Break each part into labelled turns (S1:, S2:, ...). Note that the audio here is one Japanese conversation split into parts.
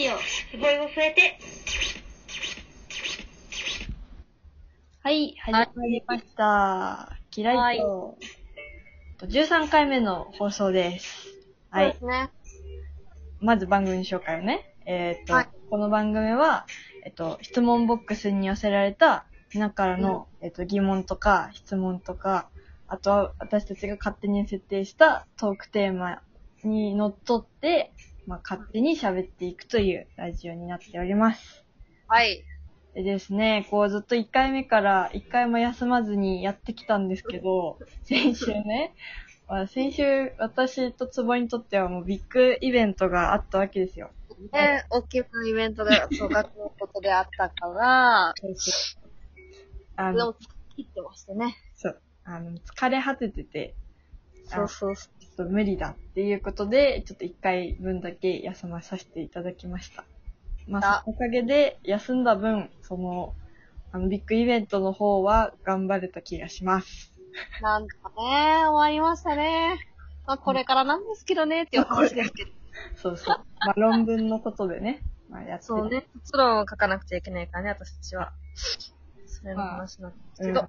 S1: 壺を添えて、
S2: はい、始まりました。キライト。13回目の放送です。は
S3: そう
S2: い
S3: で。すね。
S2: まず番組紹介をね。えっ、と、
S3: はい
S2: この番組は、えっ、と、質問ボックスに寄せられた皆からの、えっ、と、疑問とか質問とか、あとは私たちが勝手に設定したトークテーマにのっとって、まあ、勝手に喋っていくというラジオになっております。
S3: はい。
S2: でですね、こうずっと1回目から1回も休まずにやってきたんですけど、先週ね、まあ先週私とつぼにとってはもうビッグイベントがあったわけですよ。
S3: で、大きなイベント が、そう、学校のことであったから、
S2: あ
S3: それ
S2: の、
S3: を切ってましてね。
S2: そう、あの、疲れ果ててて、
S3: そうそうそ
S2: ちょっと無理だっていうことで、ちょっと1回分だけ休まさせていただきました。まあ
S3: あ、
S2: そのおかげで休んだ分、その、あの、ビッグイベントの方は頑張れた気がします。
S3: う。なんかね、終わりましたね。まあ、これからなんですけどね、っていう話ですけど。
S2: そうそう。まあ、論文のことでね。まあ、やって た
S3: そう。ね、卒論を書かなくちゃいけないからね、私たちは。それの話なんです
S2: うん
S3: け
S2: ま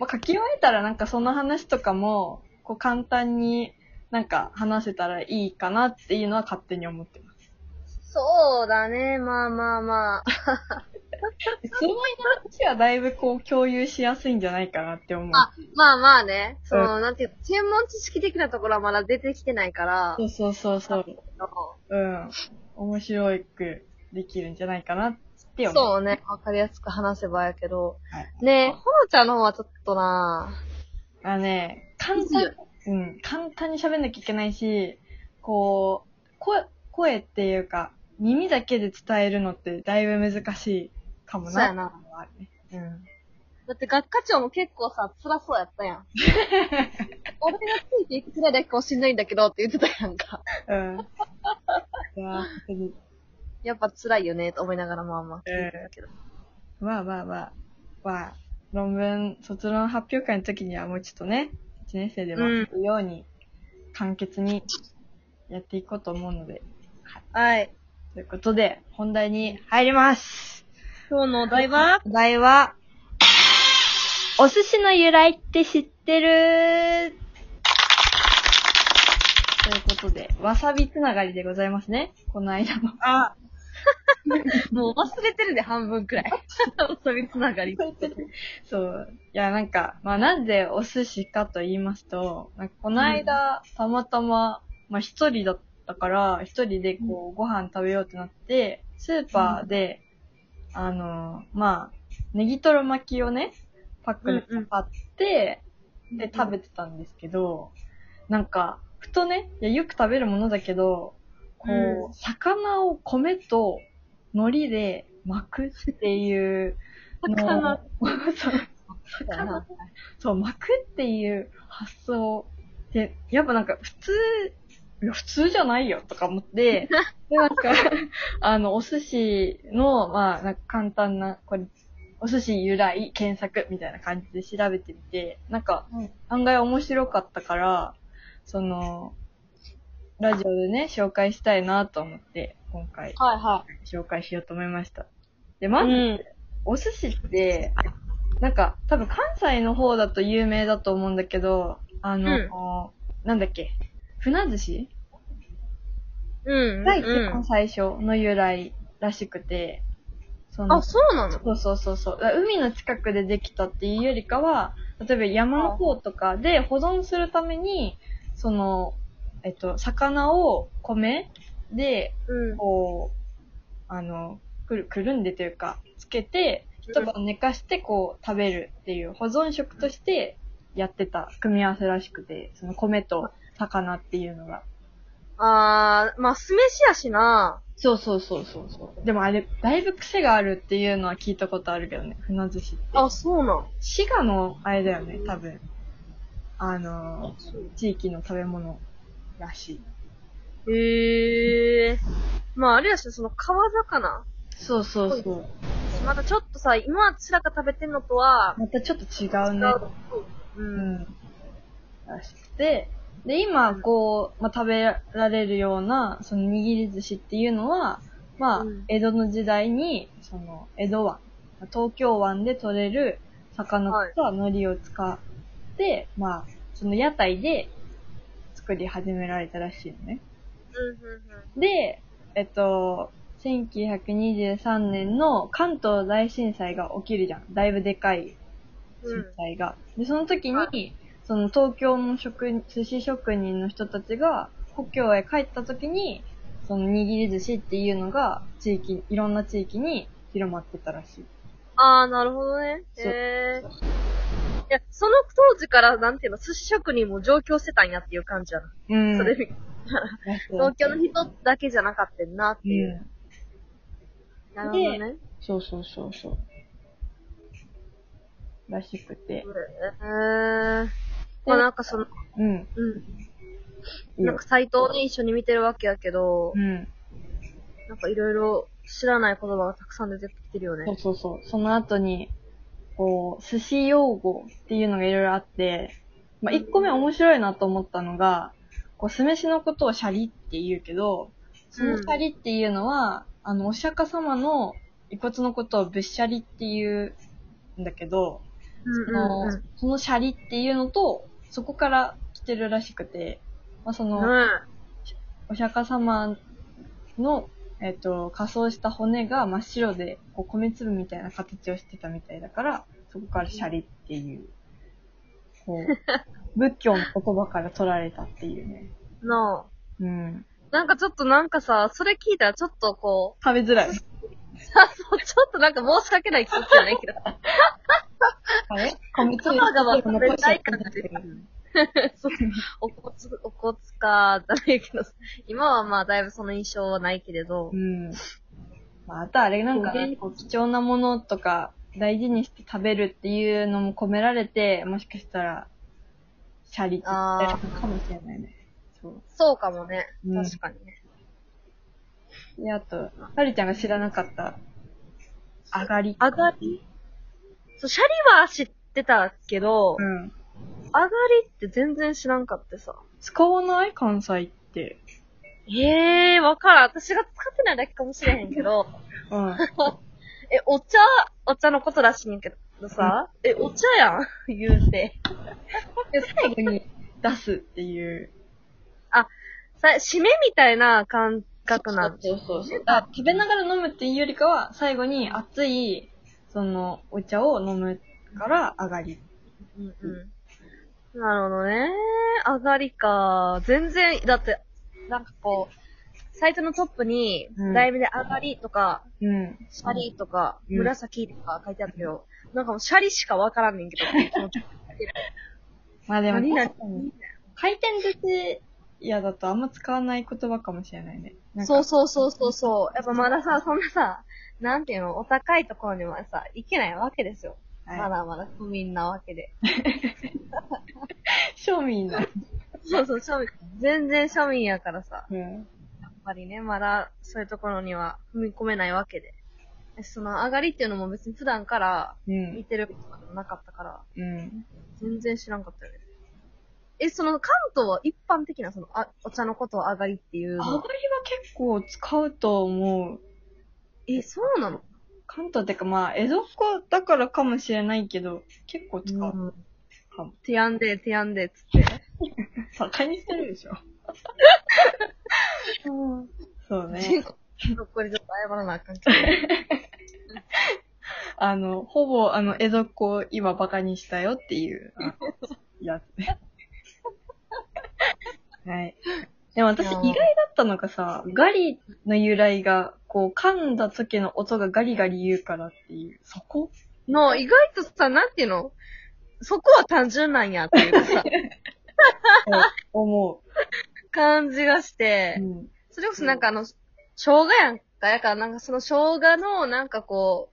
S3: ど。
S2: あ、書き終えたらなんかその話とかも、こう簡単になんか話せたらいいかなっていうのは勝手に思ってます。
S3: そうだね、まあまあまあ。
S2: 質問の話はだいぶこう共有しやすいんじゃないかなって思う。
S3: あまあまあね、その、なんていうか、専門知識的なところはまだ出てきてないから
S2: そ、うそうそうそう。うん。面白くできるんじゃないかなって思う。
S3: そうね、わかりやすく話せばやけど。
S2: はい
S3: ねえ、ほのちゃんの方はちょっとな
S2: あのね、簡単、うん、簡単に喋んなきゃいけないし、こう、声、声っていうか、耳だけで伝えるのってだいぶ難しいかもな。
S3: そうやな。
S2: のはあるね。うん。
S3: だって学科長も結構さ、辛そうやったや ん。俺がついていくくらいだけかもしんないんだけどって言ってたやんか。
S2: うん。いや本当に
S3: やっぱ辛いよね、と思いながらまあまあ聞いてたけど。
S2: まあまあまあ、まあ、論文、卒論発表会の時にはもうちょっとね、1年生でも
S3: うん
S2: するように、簡潔にやっていこうと思うので、
S3: はい。
S2: ということで、本題に入ります
S3: 今日のお題は
S2: お題は、お寿司の由来って知ってるということで、わさびつながりでございますね。この間の。
S3: あもう忘れてるで、半分 くらい。遊びつながり。
S2: そう。いや、なんか、まあ、なんでお寿司かと言いますと、なんかこの間、たまたま、まあ、一人だったから、一人でこう、ご飯食べようってなって、スーパーで、あの、まあ、ネギトロ巻きをね、パックで
S3: うんうん
S2: 買って、で、食べてたんですけど、なんか、ふとね、いや、よく食べるものだけど、こう、
S3: う
S2: 魚を米と海苔で巻くっていうのを
S3: 魚、
S2: そう魚そう、巻くっていう発想で、やっぱなんか普通、いや普通じゃないよとか 思って、で、なんか、 あの、お寿司の、まあ、なんか簡単な、これ、お寿司由来検索みたいな感じで調べてみて、なんか
S3: うん、
S2: 案外面白かったから、その、ラジオでね、紹介したいなと思って、今回、
S3: はいは
S2: 紹介しようと思いました。で、
S3: い。
S2: まず、
S3: ん。
S2: お寿司って、なんか、多分関西の方だと有名だと思うんだけど、あの、
S3: うん
S2: なんだっけ、船寿司
S3: うん。
S2: が一
S3: う
S2: 番
S3: ん、
S2: 最初の由来らしくて、その
S3: あ、、そうなの
S2: そうそうそうそう。だから海の近くでできたっていうよりかは、例えば山の方とかで保存するために、その、えっと、魚を米で
S3: うん。
S2: こう、あの、くる、くるんでというか、つけて、一晩寝かしてこう食べるっていう保存食としてやってた組み合わせらしくて、その米と魚っていうのが。
S3: あー、まあ、酢飯やしな。
S2: そうそうそうそうそう。でもあれ、だいぶ癖があるっていうのは聞いたことあるけどね、船寿司って。
S3: あ、そうなん。
S2: 滋賀のあれだよね、多分。あの、地域の食べ物らしい。
S3: へえ。まあ、あれやし、その川魚。
S2: そうそう
S3: そう
S2: そう。
S3: またちょっとさ、今私らが食べてんのとは、
S2: またちょっと違う
S3: 違
S2: ね。
S3: う。う。
S2: うんんらしくて、で、今、こう、まあ、食べられるような、その握り寿司っていうのは、まあ、
S3: うん
S2: 江戸の時代に、その、江戸湾、東京湾で取れる魚と海苔を使って、まあ、その屋台で作り始められたらしいのね。で、えっと、1923年の関東大震災が起きるじゃん。だいぶでかい震災が。で、その時に、
S3: は
S2: その東京の職人、寿司職人の人たちが故郷へ帰った時に、その握り寿司っていうのが地域、いろんな地域に広まってたらしい。
S3: ああ、なるほどね。
S2: そう
S3: へえ。い
S2: そう
S3: や、その当時から、なんていうの、寿司職人も上京してたんやっていう感じやな。
S2: うん。
S3: それ、東京の人だけじゃなかったんなっていう。
S2: うん
S3: なるほどね。
S2: そうそうそうそう。らしくて。
S3: へえ。まあなんかその、
S2: うん。
S3: うん。
S2: いい
S3: なん
S2: よ
S3: か。サイトをね、一緒に見てるわけやけど、
S2: うん。
S3: なんかいろいろ知らない言葉がたくさん出てきてるよね。
S2: そうそうそう。その後に、こう、寿司用語っていうのがいろいろあって、まあ、一個目面白いなと思ったのが、こう、酢飯のことをシャリって言うけど、そのシャリっていうのは、あの、お釈迦様の遺骨のことをぶっしゃりっていうんだけど、
S3: うん
S2: そ
S3: うん
S2: の
S3: うん。
S2: そのシャリっていうのと、そこから来てるらしくて、まあ、その、お釈迦様の、えっと仮装した骨が真っ白でこう米粒みたいな形をしてたみたいだからそこからシャリっていうこ う仏教の言葉から取られたっていうね、
S3: うん。なあ。
S2: うん、
S3: なんかちょっとなんかさ、それ聞いたらちょっとこ
S2: 食べ づらい
S3: う、さ、そう、ちょっとなんか申し訳ない気持ちじゃないけど。
S2: あれ米
S3: 粒
S2: 粒
S3: がまあ食べたい感じ
S2: う
S3: そうお骨、お骨か、じゃないけど、今はまあだいぶその印象はないけれど。
S2: ん、まあ、あとあれなんか
S3: うん
S2: こう貴重なものとか大事にして食べるっていうのも込められてもしかしたらシャリって言ってるのかもしれないねそう
S3: そうかもね。
S2: うん
S3: 確かにね。
S2: で、あと、はるちゃんが知らなかった、上がり。
S3: 上がりそう、シャリは知ってたけど、
S2: うん。
S3: 上がりって全然知らんかってさ。
S2: 使わない関西って。
S3: ええー、わからん。私が使ってないだけかもしれへんけど、
S2: うん。
S3: え、お茶、お茶のことらしいんやけどさ、え、お茶やん、 言うて。
S2: で最後に出すっていう。
S3: さ、締めみたいな感覚なん
S2: そうそうそう。あ食べながら飲むっていうよりかは、最後に熱い、その、お茶を飲むから、上がり。
S3: うんうん。なるほどね。上がりか。全然、だって、なんかこう、サイトのトップに
S2: う、ん
S3: ライブで上がりとか、
S2: うん。
S3: シャリとか、
S2: うん
S3: 紫とか書いてあったけど、なんかもうシャリしかわからんねん けど、気持ち
S2: まあでも、
S3: 何々
S2: 確かに回転寿司屋だとあんま使わない言葉かもしれないね。なんか
S3: そうそうそうそうそう。やっぱまださ、そんなさ、なんていうの、お高いところにはさ、行けないわけですよ。
S2: はい
S3: まだまだ不民なわけで。
S2: 庶民の。
S3: そうそう、庶民。全然庶民やからさ、
S2: うん。
S3: やっぱりね、まだそういうところには踏み込めないわけで。その上がりっていうのも別に普段から
S2: う
S3: 見
S2: ん。
S3: てることでもなかったから、
S2: うん。
S3: 全然知らんかったよね。え、その関東は一般的なそのあお茶のことを上がりっていう
S2: 上がり
S3: の
S2: は。結構使うと思う。
S3: え、そうなの
S2: 関東ってかまあ、江戸っ子だからかもしれないけど、結構使う。
S3: ん
S2: かも。
S3: てやんで、てやんで、つって。
S2: バカにしてるでしょ。そ
S3: 人
S2: うね。
S3: 口のこれちょっと謝らなあかんけど。
S2: あの、ほぼ、あの、江戸っ子を今バカにしたよっていう、あ やつね。 はい。でも私
S3: い
S2: 意
S3: や
S2: 外だったのがさ、ガリの由来が、こう、噛んだ時の音がガリガリ言うからっていう、そこ
S3: もう意外とさ、なんていうのそこは単純なんやっていうか さ、
S2: 思
S3: 感じがし
S2: う。う
S3: て、
S2: ん。
S3: それこそなんかあの、生姜やんか、やからなんかその生姜のなんかこ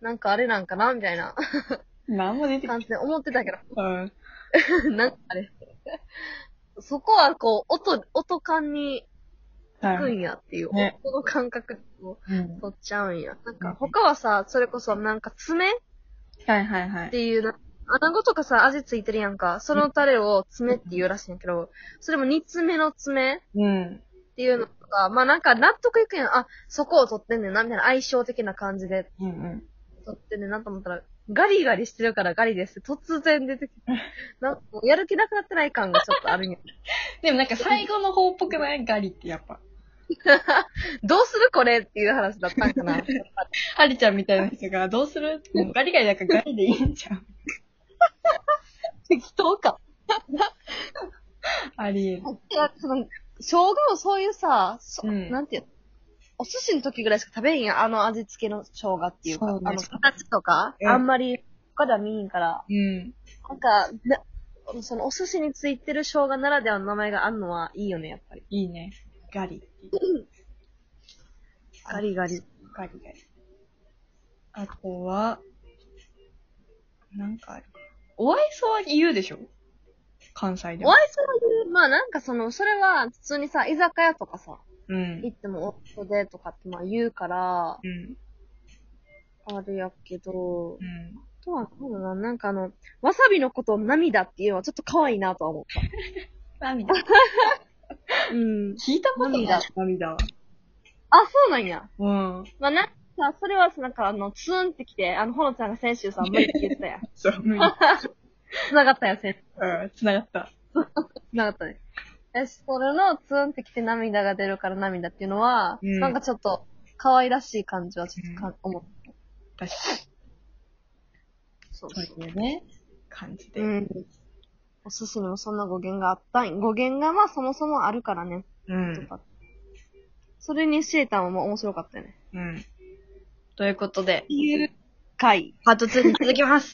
S3: う、なんかあれなんかなみたいな
S2: なんも出てき
S3: 感じで思ってたけ
S2: うん。
S3: ど、 なんかあれ。そこはこう、音、音感に
S2: は
S3: 行く
S2: い
S3: んやっていう、
S2: ね
S3: 音の感覚を
S2: うん
S3: 取っちゃうんや。なんか他はさ、それこそなんか爪
S2: はいはいは
S3: っ
S2: い。
S3: ていうな、穴子とかさ、味ついてるやんか。そのタレを爪って言うらしいんやけど、それも煮詰めの爪っ
S2: うん。
S3: てっていうのとか、まあなんか納得いくやん。あ、そこを取ってんねんな、みたいな相性的な感じで
S2: うんうん。
S3: 撮ってんねんなと思ったら、ガリガリしてるからガリですって突然出てきて、なんかもうやる気なくなってない感がちょっとあるんや。
S2: でもなんか最後の方っぽくないガリってやっぱ。
S3: どうするこれっていう話だったんかな。
S2: ハリちゃんみたいな人が、どうするもうガリガリだからガリでいいんじ ゃん。
S3: 適当か。
S2: ありえる。
S3: いや、その、生姜をそういうさ、そ
S2: うん
S3: なんていうのお寿司の時ぐらいしか食べへんやん、あの味付けの生姜っていうか、
S2: そうね
S3: あの形とか、
S2: うん
S3: あんまり他では見えんから、
S2: うん。
S3: なんか、なそのお寿司についてる生姜ならではの名前があるのはいいよね、やっぱり。
S2: いいね。ガリ。
S3: ガリガリ。
S2: ガリガリ。あとは、なんかある。お愛想は言うでしょ関西で
S3: お
S2: も。
S3: 会いそういう、まあなんかその、それは普通にさ、居酒屋とかさ、
S2: うん。
S3: 行っても夫でとかってまあ言うから、
S2: うん。
S3: あれやけど、
S2: うん。
S3: あとはなんだろうな、なんかあの、わさびのことを涙っていうのはちょっと可愛いなとは思った。
S2: 涙。
S3: うん。
S2: 聞いたことない。
S3: 涙。
S2: 涙は。
S3: あ、そうなんや。
S2: うん。
S3: まあ、なんかさ、それはさ、なんかあの、ツーンってきて、あの、ほのちゃんが先週さ、無理って言ってたやん。
S2: そう、無理。
S3: 繋がったやん、先週。
S2: うん、繋がった。
S3: 繋がったね。え、それのツーンってきて涙が出るから涙っていうのは、
S2: うん
S3: なんかちょっと、可愛らしい感じはちょっとか、思った。
S2: 確か
S3: そう
S2: に。そういうね、感じで。
S3: う。ん。お寿司にもそんな語源があったん語源がまあそもそもあるからね。
S2: うん
S3: と。か。それにシエタンはもう面白かったよね。
S2: うん。ということで、
S3: いう回。
S2: パート2に続きます。